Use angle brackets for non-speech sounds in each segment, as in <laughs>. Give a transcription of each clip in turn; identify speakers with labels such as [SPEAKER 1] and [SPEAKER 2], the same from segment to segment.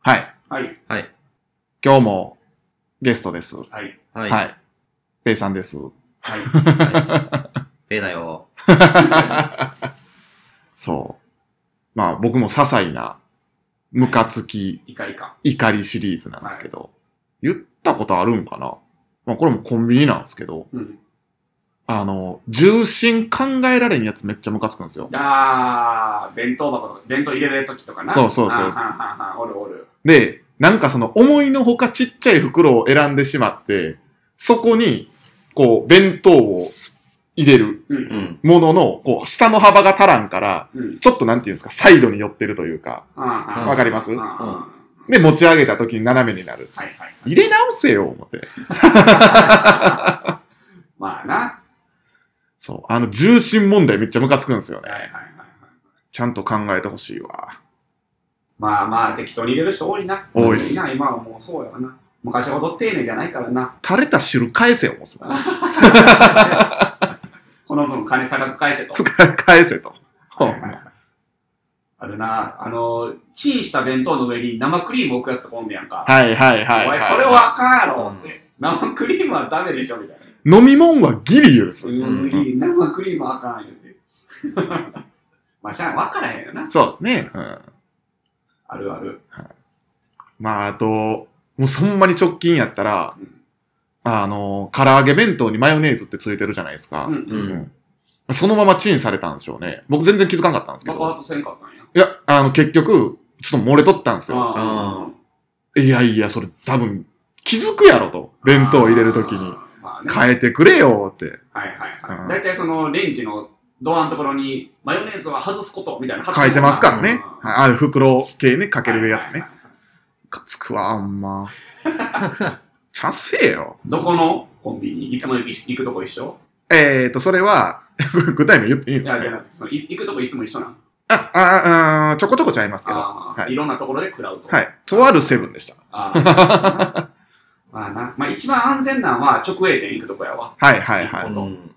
[SPEAKER 1] はい。
[SPEAKER 2] はい。
[SPEAKER 3] 今日もゲストです。は。
[SPEAKER 1] はい。
[SPEAKER 2] はいい。
[SPEAKER 3] ペイさんです。
[SPEAKER 1] はい。
[SPEAKER 2] <laughs> ペイだよ。
[SPEAKER 3] そう。まあ僕も些細な、ムカつき、
[SPEAKER 1] 怒りか。
[SPEAKER 3] 怒りシリーズなんですけど、言ったことあるんかなまあこれもコンビニなんですけど、
[SPEAKER 1] うん。
[SPEAKER 3] あの、重心考えられんやつめっちゃムカつくんですよ。
[SPEAKER 1] あー、弁当箱とか、弁当入れるときとかな。
[SPEAKER 3] そうそうそうそう
[SPEAKER 1] あーはんはんはんおるおる。
[SPEAKER 3] で、なんかその思いのほかちっちゃい袋を選んでしまって、そこに、こう、弁当を入れる
[SPEAKER 1] う。
[SPEAKER 2] うんん。
[SPEAKER 3] ものの、こう、下の幅が足らんから、
[SPEAKER 1] うん。
[SPEAKER 3] ちょっとなんていうんですか、サイドに寄ってるというか、
[SPEAKER 1] あーはん
[SPEAKER 3] わかります
[SPEAKER 1] あーはん
[SPEAKER 3] で、持ち上げた時に斜めになる。
[SPEAKER 1] はいはい。
[SPEAKER 3] 入れ直せよ、思って。
[SPEAKER 1] まあな。は
[SPEAKER 3] そう。あの、重心問題めっちゃムカつくんですよ
[SPEAKER 1] いはい
[SPEAKER 3] ね。
[SPEAKER 1] はいはい。
[SPEAKER 3] ちゃんと考えてほしいわ。
[SPEAKER 1] まあまあ、適当に入れる人多いな。
[SPEAKER 3] 多いっす
[SPEAKER 1] な、今はもうそうやわな。昔ほど丁寧じゃないからな。
[SPEAKER 3] 垂れた汁返せよ、もうそこ
[SPEAKER 1] この分金差額
[SPEAKER 3] <laughs>
[SPEAKER 1] 返せと。
[SPEAKER 3] 返せと。ほ
[SPEAKER 1] は
[SPEAKER 3] ん
[SPEAKER 1] いはい
[SPEAKER 3] ま
[SPEAKER 1] はいあるな。あの、チンした弁当の上に生クリーム置くやつとかおんねやんか。
[SPEAKER 3] はいはいはいは
[SPEAKER 1] お前
[SPEAKER 3] い。
[SPEAKER 1] それはあかんやろって。生クリームはダメでしょみたいな。
[SPEAKER 3] 飲み物はギリ許す。
[SPEAKER 1] うん
[SPEAKER 2] ん、
[SPEAKER 1] いい生クリームはあかんよって。 <laughs> まあ、しゃあ、わからへんよな。
[SPEAKER 3] そうですね。うん。
[SPEAKER 1] あるある。
[SPEAKER 3] まあ、あと、もうそんまに直近やったら
[SPEAKER 1] うん、
[SPEAKER 3] あの、唐揚げ弁当にマヨネーズってついてるじゃないですか。
[SPEAKER 1] うん
[SPEAKER 2] う
[SPEAKER 1] うん。
[SPEAKER 2] ん。
[SPEAKER 3] そのままチンされたんでしょうね。僕全然気づかなかったんですけ
[SPEAKER 1] 爆
[SPEAKER 3] ど。
[SPEAKER 1] 発せんかったんや。
[SPEAKER 3] いや、あの、結局、ちょっと漏れとったんですよ。
[SPEAKER 1] あー
[SPEAKER 3] いやいや、それ多分、気づくやろと。弁当入れるときに。。
[SPEAKER 1] まあね。はい
[SPEAKER 3] 変えてくれよって。
[SPEAKER 1] はい
[SPEAKER 3] うん
[SPEAKER 1] はい。だいたいそのレンジのドアのところにマヨネーズは外すことみたいな。
[SPEAKER 3] 書いてますからね。
[SPEAKER 1] うん
[SPEAKER 3] はいあの袋系ね、かけるやつ
[SPEAKER 1] はい
[SPEAKER 3] ね
[SPEAKER 1] はい。はい
[SPEAKER 3] かつくわ、あん
[SPEAKER 1] <laughs>
[SPEAKER 3] ま。ちゃせえよ。
[SPEAKER 1] どこのコンビニいつも行き行くとこ一緒
[SPEAKER 3] えーと、それは、 <laughs> 具体名言っていいんで
[SPEAKER 1] い
[SPEAKER 3] す
[SPEAKER 1] や、
[SPEAKER 3] か
[SPEAKER 1] じゃ
[SPEAKER 3] ね
[SPEAKER 1] なくて、そのい行くとこいつも一緒なん
[SPEAKER 3] あ、あ、あー、ちょこちょこちゃいますけど。
[SPEAKER 1] ああ、
[SPEAKER 3] はい
[SPEAKER 1] い、ろんなところで食らうと。
[SPEAKER 3] はい。とあるセブンでした。
[SPEAKER 1] ああ。 <laughs> まあな。まあ一番安全なのは直営店行くとこやわ。
[SPEAKER 3] はいはいはい。
[SPEAKER 1] う
[SPEAKER 3] も
[SPEAKER 1] ん
[SPEAKER 2] うん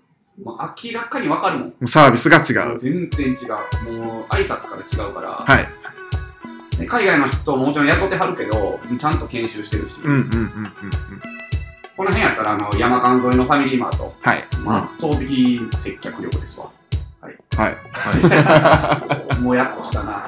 [SPEAKER 1] もう明らかにわかるもん。
[SPEAKER 3] うサービスが違う。
[SPEAKER 1] 全然違う。もう挨拶から違うから。
[SPEAKER 3] はい
[SPEAKER 1] で海外の人ももちろん雇ってはるけど、ちゃんと研修してるし。
[SPEAKER 3] うんうんうんうんうん。
[SPEAKER 1] この辺やったら、あの、山間沿いのファミリーマート。
[SPEAKER 3] はい。
[SPEAKER 1] 圧倒的接客力ですわ。
[SPEAKER 3] はい。
[SPEAKER 2] はい。
[SPEAKER 1] <laughs> もやっとしたな。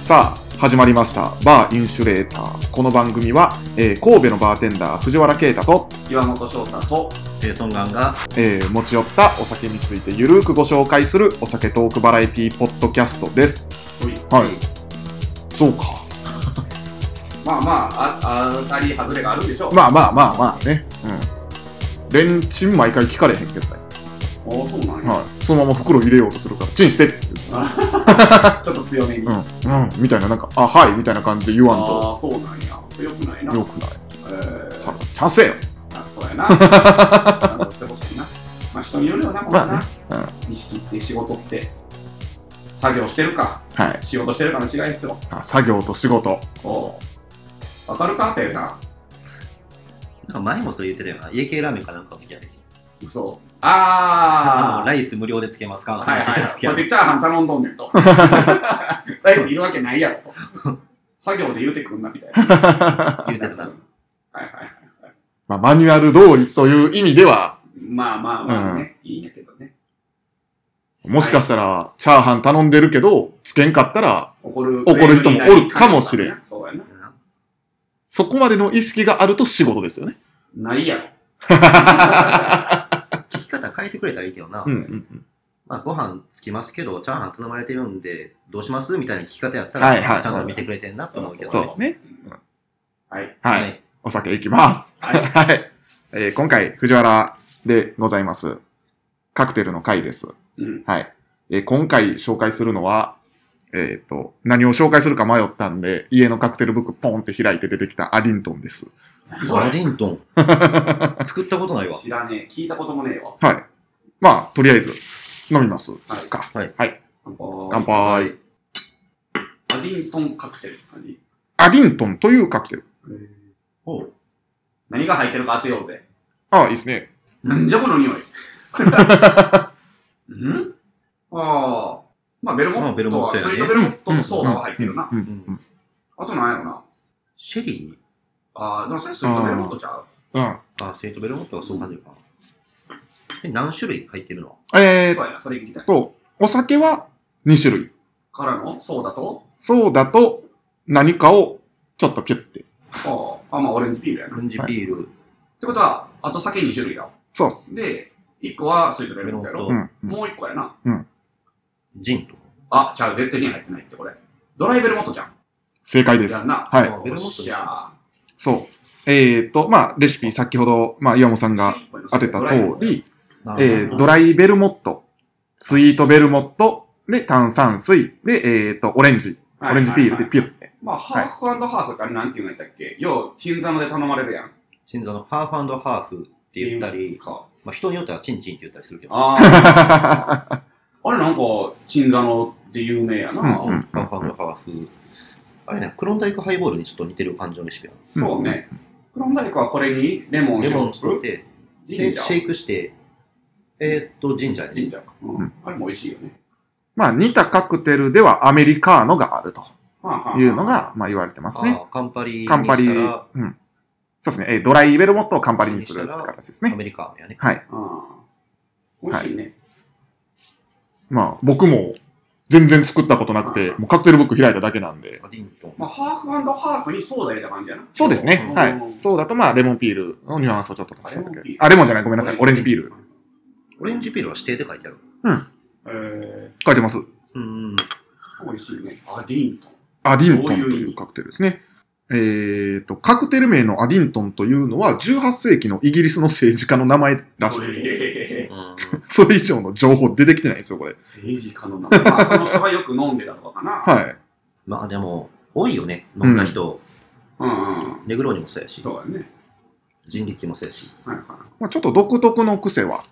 [SPEAKER 3] さあ始まりましたバーインシュレーターこの番組は、えー神戸のバーテンダー藤原啓太と、
[SPEAKER 1] 岩本翔太と、
[SPEAKER 2] ペイソンガンが、
[SPEAKER 3] えー持ち寄ったお酒についてゆるーくご紹介するお酒トークバラエティポッドキャストです
[SPEAKER 1] ほい
[SPEAKER 3] はいそうか
[SPEAKER 1] まあまあ、あ当たり外れがあるんでしょう。
[SPEAKER 3] まあまあまあまあねうんレンチン毎回聞かれへんけどね、
[SPEAKER 1] おそうなんや、
[SPEAKER 3] はい、そのまま袋入れようとするからチンしてって
[SPEAKER 1] ちょっと強めに、
[SPEAKER 3] うんうんみたいななんかあはいみたいな感じで言わんと
[SPEAKER 1] ああそうなんやよくないな
[SPEAKER 3] よくない
[SPEAKER 1] えー、
[SPEAKER 3] 腹立つチャンスやよ
[SPEAKER 1] あそうやななんかして
[SPEAKER 3] <laughs>
[SPEAKER 1] ほしいなまあ人によるよなこれな、
[SPEAKER 3] まあね
[SPEAKER 1] 意識って仕事って作業してるか
[SPEAKER 3] はい
[SPEAKER 1] 仕事してるかの違いですよ
[SPEAKER 3] あ作業と仕事
[SPEAKER 1] おうわかるかペイさん
[SPEAKER 2] なんか前もそれ言ってたよな。家系ラーメンかなんかの時ある。
[SPEAKER 1] 嘘
[SPEAKER 2] あ
[SPEAKER 1] あ
[SPEAKER 2] の、
[SPEAKER 1] ー
[SPEAKER 2] ライス無料でつけますかの
[SPEAKER 1] はい
[SPEAKER 2] 話
[SPEAKER 1] は
[SPEAKER 2] し
[SPEAKER 1] い
[SPEAKER 2] て
[SPEAKER 1] はい。こうやっ
[SPEAKER 2] た時あ
[SPEAKER 1] て
[SPEAKER 2] る。
[SPEAKER 1] チャーハン頼んどんね
[SPEAKER 3] <laughs>
[SPEAKER 1] んと。ライスいるわけないやろと。作業で言うてくんなみたいな。
[SPEAKER 2] 言ってたな。
[SPEAKER 1] はいはいはい。
[SPEAKER 3] まあ、マニュアル通りという意味では、
[SPEAKER 1] まあまあまあね、いいんやけどね。
[SPEAKER 3] もしかしたら、チャーハン頼んでるけど、つけんかったら、
[SPEAKER 1] 怒る
[SPEAKER 3] 怒る人もおるかもしれん。
[SPEAKER 1] そうやな。
[SPEAKER 3] そこまでの意識があると仕事ですよね。
[SPEAKER 1] ないやろ。
[SPEAKER 2] 聞き方変えてくれたらいいけどな
[SPEAKER 3] う。んうん
[SPEAKER 2] まあ、ご飯つきますけど、チャーハン頼まれてるんで、どうしますみたいな聞き方やった
[SPEAKER 3] はいはい
[SPEAKER 2] ら、ちゃんと見てくれてんなと思うけ
[SPEAKER 3] う
[SPEAKER 2] ど
[SPEAKER 3] ん。
[SPEAKER 2] ね。
[SPEAKER 3] そうですね。
[SPEAKER 1] はい。
[SPEAKER 3] はい。
[SPEAKER 2] はい。
[SPEAKER 3] お酒いきます。 <laughs>
[SPEAKER 1] はい
[SPEAKER 3] はい。えー今回、藤原でございます。カクテルの回です。
[SPEAKER 1] うん。
[SPEAKER 3] はい。えー今回紹介するのは、えっ、と、何を紹介するか迷ったんで、家のカクテルブックポンって開いて出てきたアディントンです。
[SPEAKER 1] そ
[SPEAKER 2] ア
[SPEAKER 1] れ
[SPEAKER 2] ディントン。作ったことないわ。
[SPEAKER 3] <laughs>
[SPEAKER 1] 知らねえ。聞いたこともねえわ。
[SPEAKER 3] はい。まあ、とりあえず、飲みます
[SPEAKER 1] い
[SPEAKER 3] か。
[SPEAKER 2] はい。
[SPEAKER 3] はい。
[SPEAKER 1] 乾杯。
[SPEAKER 3] 乾杯。
[SPEAKER 1] アディントンカクテルって感じ。
[SPEAKER 3] アディントンというカクテル。
[SPEAKER 2] おう
[SPEAKER 1] 何が入ってるか当てようぜ。
[SPEAKER 3] ああ、いいですね。
[SPEAKER 1] なんじゃこ
[SPEAKER 2] <laughs>
[SPEAKER 1] の匂い。んああ。まあ、ベルモ
[SPEAKER 2] まあベ
[SPEAKER 1] ッ
[SPEAKER 2] ル
[SPEAKER 1] ト
[SPEAKER 2] モッ
[SPEAKER 1] は、
[SPEAKER 2] トやね
[SPEAKER 1] スイートベルモットとソーダは入ってるな。
[SPEAKER 3] うん。う
[SPEAKER 2] うんん
[SPEAKER 1] あとなんやろな。
[SPEAKER 2] シェリーに
[SPEAKER 1] ああ、でもそれスイートベルモットちゃう。
[SPEAKER 3] うん。
[SPEAKER 2] あ、セイントベルモットはそう感じるかな。え、何種類入ってるの
[SPEAKER 3] えー
[SPEAKER 1] そ
[SPEAKER 3] っ
[SPEAKER 1] うやな、それ聞きたい。
[SPEAKER 3] と、お酒は2種類。
[SPEAKER 1] からのソーダと、
[SPEAKER 3] そうだと何かをちょっとキュッて。
[SPEAKER 1] ああ、あまあ、オレンジピールやな。っ
[SPEAKER 2] オレンジピール、
[SPEAKER 1] てことは、あと酒2種類だわ。
[SPEAKER 3] そうっす。
[SPEAKER 1] で、1個はスイートベルモットやろ
[SPEAKER 2] ベルモ
[SPEAKER 3] う
[SPEAKER 2] ッ。
[SPEAKER 3] ん。うん
[SPEAKER 1] もう1個やな。
[SPEAKER 2] ジンとか。
[SPEAKER 1] あ、ちゃう、絶対に入ってないってこれ。ドライベルモットじゃん。
[SPEAKER 3] 正解です。
[SPEAKER 1] やんな
[SPEAKER 3] はい。
[SPEAKER 2] あベルモットでしょ
[SPEAKER 1] じゃあ、
[SPEAKER 3] そう。えーっと、まあ、レシピ先ほど、まあ、岩本さんが当てた通り、えード
[SPEAKER 2] ラ
[SPEAKER 3] ライベルモット、スイートベルモット、で、炭酸水、で、えーっと、オレンジ、
[SPEAKER 1] はい、
[SPEAKER 3] オレンジピール
[SPEAKER 1] はい
[SPEAKER 3] でピュッて。
[SPEAKER 1] まあ、ハーフハーフってあれなんていうのやったっけよう、鎮座まで頼まれるやん。っ
[SPEAKER 2] チンザのハーフハーフって言ったり、
[SPEAKER 1] か。
[SPEAKER 2] まあ、人によってはチンチンって言ったりするけど、
[SPEAKER 1] ああ。
[SPEAKER 3] <laughs>
[SPEAKER 1] あれなんか、鎮座ので有名やな。
[SPEAKER 3] うんうん
[SPEAKER 2] ハーフハーフ。あれね、クロンダイクハイボールにちょっと似てる感じのレシピなの
[SPEAKER 1] そうね。クロンダイクはこれにレモン
[SPEAKER 2] レ
[SPEAKER 1] シ
[SPEAKER 2] モ
[SPEAKER 1] ロ
[SPEAKER 2] ン
[SPEAKER 1] ッ
[SPEAKER 2] 作っ
[SPEAKER 1] プ、
[SPEAKER 2] て、
[SPEAKER 1] ジン
[SPEAKER 2] で、
[SPEAKER 1] ジャ
[SPEAKER 2] シェイ
[SPEAKER 1] ー。
[SPEAKER 2] クして、えーっと、ジンジャー
[SPEAKER 1] ジン
[SPEAKER 2] に。
[SPEAKER 1] ジャーか。うん。あれも美味しいよね。
[SPEAKER 3] まあ、似たカクテルではアメリカーノがあると
[SPEAKER 1] はあはあ
[SPEAKER 3] いうのが、まあ、言われてます
[SPEAKER 2] あ
[SPEAKER 3] ね。
[SPEAKER 2] ーカンパリに
[SPEAKER 3] カンパリ、
[SPEAKER 2] し
[SPEAKER 3] う
[SPEAKER 2] たら、
[SPEAKER 3] ん。そうですね。えードライベルモットをカンパリにするって形です
[SPEAKER 2] ア
[SPEAKER 3] ね。
[SPEAKER 2] メリカンやね。
[SPEAKER 3] はい。
[SPEAKER 1] うん。美味しいね。
[SPEAKER 3] まあ、僕も全然作ったことなくて、もうカクテルブック開いただけなんで。
[SPEAKER 2] アディントン。
[SPEAKER 1] まあ、ハーフハーフにソーダ入れた感じやな。
[SPEAKER 3] そうですね。
[SPEAKER 1] うん
[SPEAKER 3] はい。そうだと、まあ、レモンピールのニュアンスをちょっと足しただ
[SPEAKER 1] レモンピー
[SPEAKER 3] け。
[SPEAKER 1] ル
[SPEAKER 3] あ、レモンじゃない、ごめんなさい。オレンジピール。。
[SPEAKER 2] オレンジピールは指定で書いてある。
[SPEAKER 1] え
[SPEAKER 3] 書いてます。
[SPEAKER 2] うーん。
[SPEAKER 1] ー、美味しいね。アディントン。
[SPEAKER 3] アディントンというカクテルですね。えーと、カクテル名のアディントンというのは、18世紀のイギリスの政治家の名前らしいです。
[SPEAKER 1] えー
[SPEAKER 2] うーん
[SPEAKER 3] それ以上の情報出てきてないですよ、これ。
[SPEAKER 1] 政治家の名前。まあ、その人がよく飲んでたとかかな。
[SPEAKER 3] はい。
[SPEAKER 2] まあでも、多いよね。飲んだ人、
[SPEAKER 1] うんうん。
[SPEAKER 2] ネグローニもそうやし、
[SPEAKER 1] そうだね。
[SPEAKER 2] 人力もそうやし。
[SPEAKER 1] はいは
[SPEAKER 3] まあ、ちょっと独特の癖は、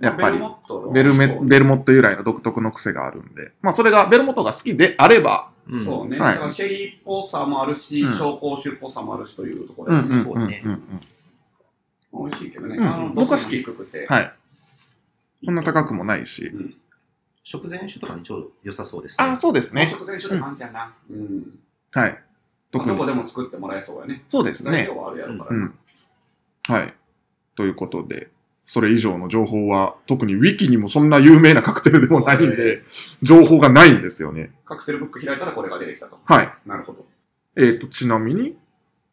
[SPEAKER 1] い。
[SPEAKER 3] やっぱり
[SPEAKER 1] ベル、モットの
[SPEAKER 3] ベルメ
[SPEAKER 1] そう
[SPEAKER 3] ベルモット由来の独特の癖があるんで、まあ、それがベルモットが好きであれば、
[SPEAKER 2] うん
[SPEAKER 1] そうね。
[SPEAKER 3] はい
[SPEAKER 1] だからシェリーっぽさもあるし、
[SPEAKER 3] うん
[SPEAKER 1] 紹興酒っぽさもあるしというとこ
[SPEAKER 3] う
[SPEAKER 1] ろ
[SPEAKER 3] んうん
[SPEAKER 1] です。
[SPEAKER 3] うんうんう
[SPEAKER 2] そうね
[SPEAKER 3] ん。
[SPEAKER 1] 美味しいけどね。
[SPEAKER 3] うん
[SPEAKER 1] あの
[SPEAKER 3] 僕は好き
[SPEAKER 1] 度数も低くて。
[SPEAKER 3] はい。こんな高くもないし。
[SPEAKER 1] うん。
[SPEAKER 2] 食前酒とかにちょうど良さそうですね。
[SPEAKER 3] あ、そうです
[SPEAKER 1] ね。
[SPEAKER 3] ね。
[SPEAKER 1] 食前酒って感じやな。うん。
[SPEAKER 3] はい。特
[SPEAKER 1] どこ
[SPEAKER 3] に。
[SPEAKER 1] でも作ってもらえそうやね。
[SPEAKER 3] そうです
[SPEAKER 1] 材
[SPEAKER 3] ね。
[SPEAKER 1] 料はあるやろから。
[SPEAKER 3] うん。はい。ということで、それ以上の情報は、特にウィキにもそんな有名なカクテルでもないんで、情報がないんですよね。
[SPEAKER 1] カクテルブック開いたらこれが出てきたと。
[SPEAKER 3] はい。
[SPEAKER 1] なるほど。
[SPEAKER 3] えーと、ちなみに、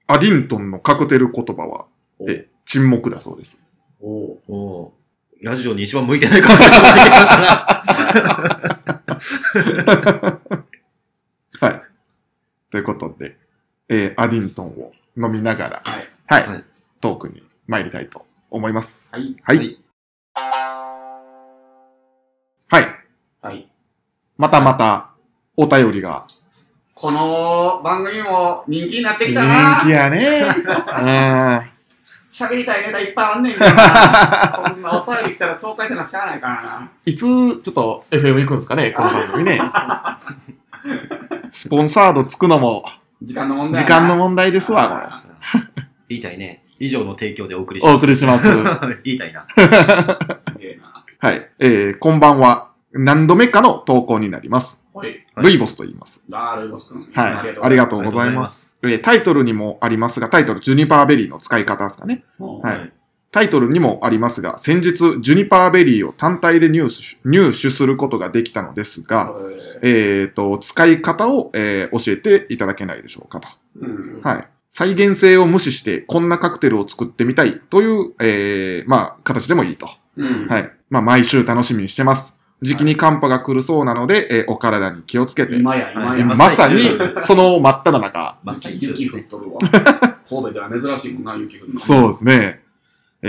[SPEAKER 3] アディントンのカクテル言葉は、え、沈黙だそうです。
[SPEAKER 1] おお。
[SPEAKER 2] おーラジオに一番向いてないかもしれない。
[SPEAKER 3] はい。ということで、えーアディントンを飲みながら、
[SPEAKER 1] はい。
[SPEAKER 3] はい、
[SPEAKER 2] はい
[SPEAKER 3] トークに参りたいと思います。
[SPEAKER 1] はい。
[SPEAKER 3] はい。は
[SPEAKER 2] はいい。
[SPEAKER 1] はい。
[SPEAKER 3] またまた、お便りが、
[SPEAKER 1] この番組も人気になって
[SPEAKER 3] 人
[SPEAKER 1] きたな
[SPEAKER 3] 気。や
[SPEAKER 1] <laughs>
[SPEAKER 3] ね。うん。
[SPEAKER 1] 喋りたいネタいっぱいあんねんけどな。そんなお便り来たら紹介せなしゃあないからな。
[SPEAKER 3] いつ、ちょっと FM 行くんですかね、この番組 <laughs> ね。スポンサードつくのも、
[SPEAKER 1] 時間の問題
[SPEAKER 3] 時
[SPEAKER 1] やな
[SPEAKER 3] 間の問題ですわ、
[SPEAKER 2] 言いたいね。以上の提供でお送りし
[SPEAKER 3] お
[SPEAKER 2] ます
[SPEAKER 3] 送。りします。は
[SPEAKER 2] <laughs> 言いたいな。
[SPEAKER 1] すげえな。
[SPEAKER 3] い。えー、こんばんは。何度目かの投稿になります。
[SPEAKER 1] はい。
[SPEAKER 2] はい
[SPEAKER 3] ルイボスと言います。
[SPEAKER 1] ラールイボス君。
[SPEAKER 3] はい。ありがとうございます。えータイトルにもありますが、タイトル、ジュニパーベリーの使い方ですかね。
[SPEAKER 1] もう
[SPEAKER 3] はい。タイトルにもありますが、先日、ジュニパーベリーを単体で入手し入手することができたのですが、
[SPEAKER 1] え
[SPEAKER 3] えっ、と、使い方を、えー教えていただけないでしょうかと。
[SPEAKER 1] ーうん。
[SPEAKER 3] はい。再現性を無視して、こんなカクテルを作ってみたいという、えー、まあ、形でもいいと。
[SPEAKER 1] うん。
[SPEAKER 3] はい。まあ、毎週楽しみにしてます。時期に寒波が来るそうなので、えーお体に気をつけて。
[SPEAKER 1] 今や、今
[SPEAKER 2] 今
[SPEAKER 1] や。
[SPEAKER 3] まさに
[SPEAKER 2] 真っ最、中
[SPEAKER 3] その真っ只中。
[SPEAKER 2] まあ、
[SPEAKER 1] 雪降っとるわ。神戸では珍しいもんな、雪降るの。
[SPEAKER 3] そうですね。えー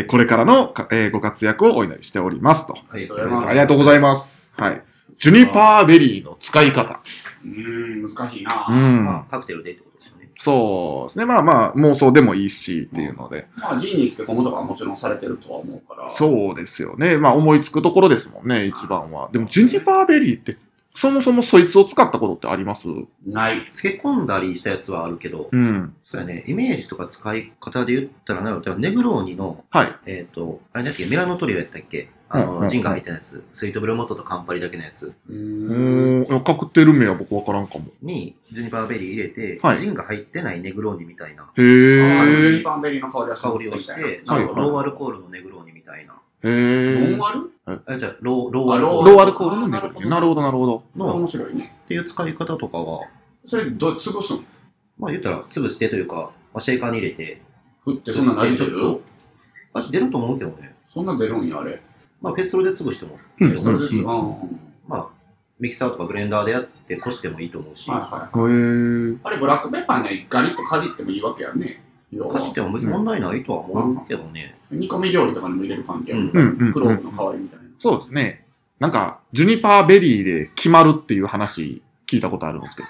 [SPEAKER 3] これからのか、えーご活躍をお祈りしておりますと。
[SPEAKER 2] は
[SPEAKER 1] あ
[SPEAKER 2] い。
[SPEAKER 1] りがとうございます
[SPEAKER 3] ありがとうございます。はい。ジュニパーベリーの使い方。
[SPEAKER 1] うーん、難しいな。
[SPEAKER 3] うん。
[SPEAKER 2] まあ
[SPEAKER 3] は、
[SPEAKER 2] カクテルでってことですよね。
[SPEAKER 3] そうですね。まあまあ、妄想でもいいしっていうので。
[SPEAKER 1] まあ、ジンにつけ込むとかはもちろんされてるとは思うから。
[SPEAKER 3] そうですよね。まあ思いつくところですもんね、一番は。でも、ジュニパーベリーって、そもそもそいつを使ったことってあります
[SPEAKER 1] ない。
[SPEAKER 2] 漬け込んだりしたやつはあるけど、
[SPEAKER 3] うん。
[SPEAKER 2] そうやね、イメージとか使い方で言ったら、なんだろうネグローニの、
[SPEAKER 3] はい。
[SPEAKER 2] えっ、と、あれだっけ、ミラノトリオやったっけあ
[SPEAKER 3] うん
[SPEAKER 2] の、
[SPEAKER 3] うん
[SPEAKER 2] ジンが入ってないやつ、スイートブルーモットとカンパリだけのやつ
[SPEAKER 3] う
[SPEAKER 1] うーん。
[SPEAKER 3] ーんいや。カクテル名は僕わからんかも。
[SPEAKER 2] に、ジュニパーベリー入れて、
[SPEAKER 3] はい
[SPEAKER 2] ジンが入ってないネグローニみたい
[SPEAKER 3] へ
[SPEAKER 2] な
[SPEAKER 1] あのジ
[SPEAKER 3] ー
[SPEAKER 1] ーパンベリーの香りがし
[SPEAKER 2] 香
[SPEAKER 1] ます
[SPEAKER 2] りをして、
[SPEAKER 1] な
[SPEAKER 3] はい
[SPEAKER 1] る
[SPEAKER 3] は
[SPEAKER 1] ほ
[SPEAKER 3] い
[SPEAKER 1] ど。
[SPEAKER 2] ローアルコールのネグローニみたいな。
[SPEAKER 3] へー
[SPEAKER 1] ノンアル
[SPEAKER 2] あ、じゃあ、ロー、ローアル
[SPEAKER 1] あ
[SPEAKER 2] コー
[SPEAKER 3] ローアルコールのネグローニ。な
[SPEAKER 1] な
[SPEAKER 3] る
[SPEAKER 1] る
[SPEAKER 3] ほ
[SPEAKER 1] ほ
[SPEAKER 3] ど、なるほど。
[SPEAKER 2] ルの
[SPEAKER 1] 面
[SPEAKER 2] っ
[SPEAKER 1] 白いね。
[SPEAKER 2] ていう使い方とかは、
[SPEAKER 1] それ、ど、潰すの
[SPEAKER 2] まあ言ったら、潰してというか、まあシェーカーに入れて、
[SPEAKER 1] 振って、そんな馴染んで
[SPEAKER 2] ちょっ
[SPEAKER 1] る
[SPEAKER 2] と味出ると思うけどね。
[SPEAKER 1] そんな出るんや、あれ。
[SPEAKER 2] まあ、ペストロで潰しても、
[SPEAKER 3] う
[SPEAKER 1] えそれでつ、
[SPEAKER 3] ん。
[SPEAKER 1] あー
[SPEAKER 2] まあ、ミキサーとかブレンダーでやって、こしてもいいと思うし、
[SPEAKER 1] はいはい。
[SPEAKER 3] へえ。
[SPEAKER 1] あれ、ブラックペッパーね、ガリッとかじってもいいわけやね。要は
[SPEAKER 2] かじっても別に問題ないとは思うけどね。
[SPEAKER 1] 煮込み料理とかにも入れる感じやね
[SPEAKER 3] うんうん、
[SPEAKER 1] クロ
[SPEAKER 3] う
[SPEAKER 1] ーブの
[SPEAKER 3] ん。
[SPEAKER 1] 香りみたいな。
[SPEAKER 3] そうですね。なんか、ジュニパーベリーで決まるっていう話聞いたことあるんですけど、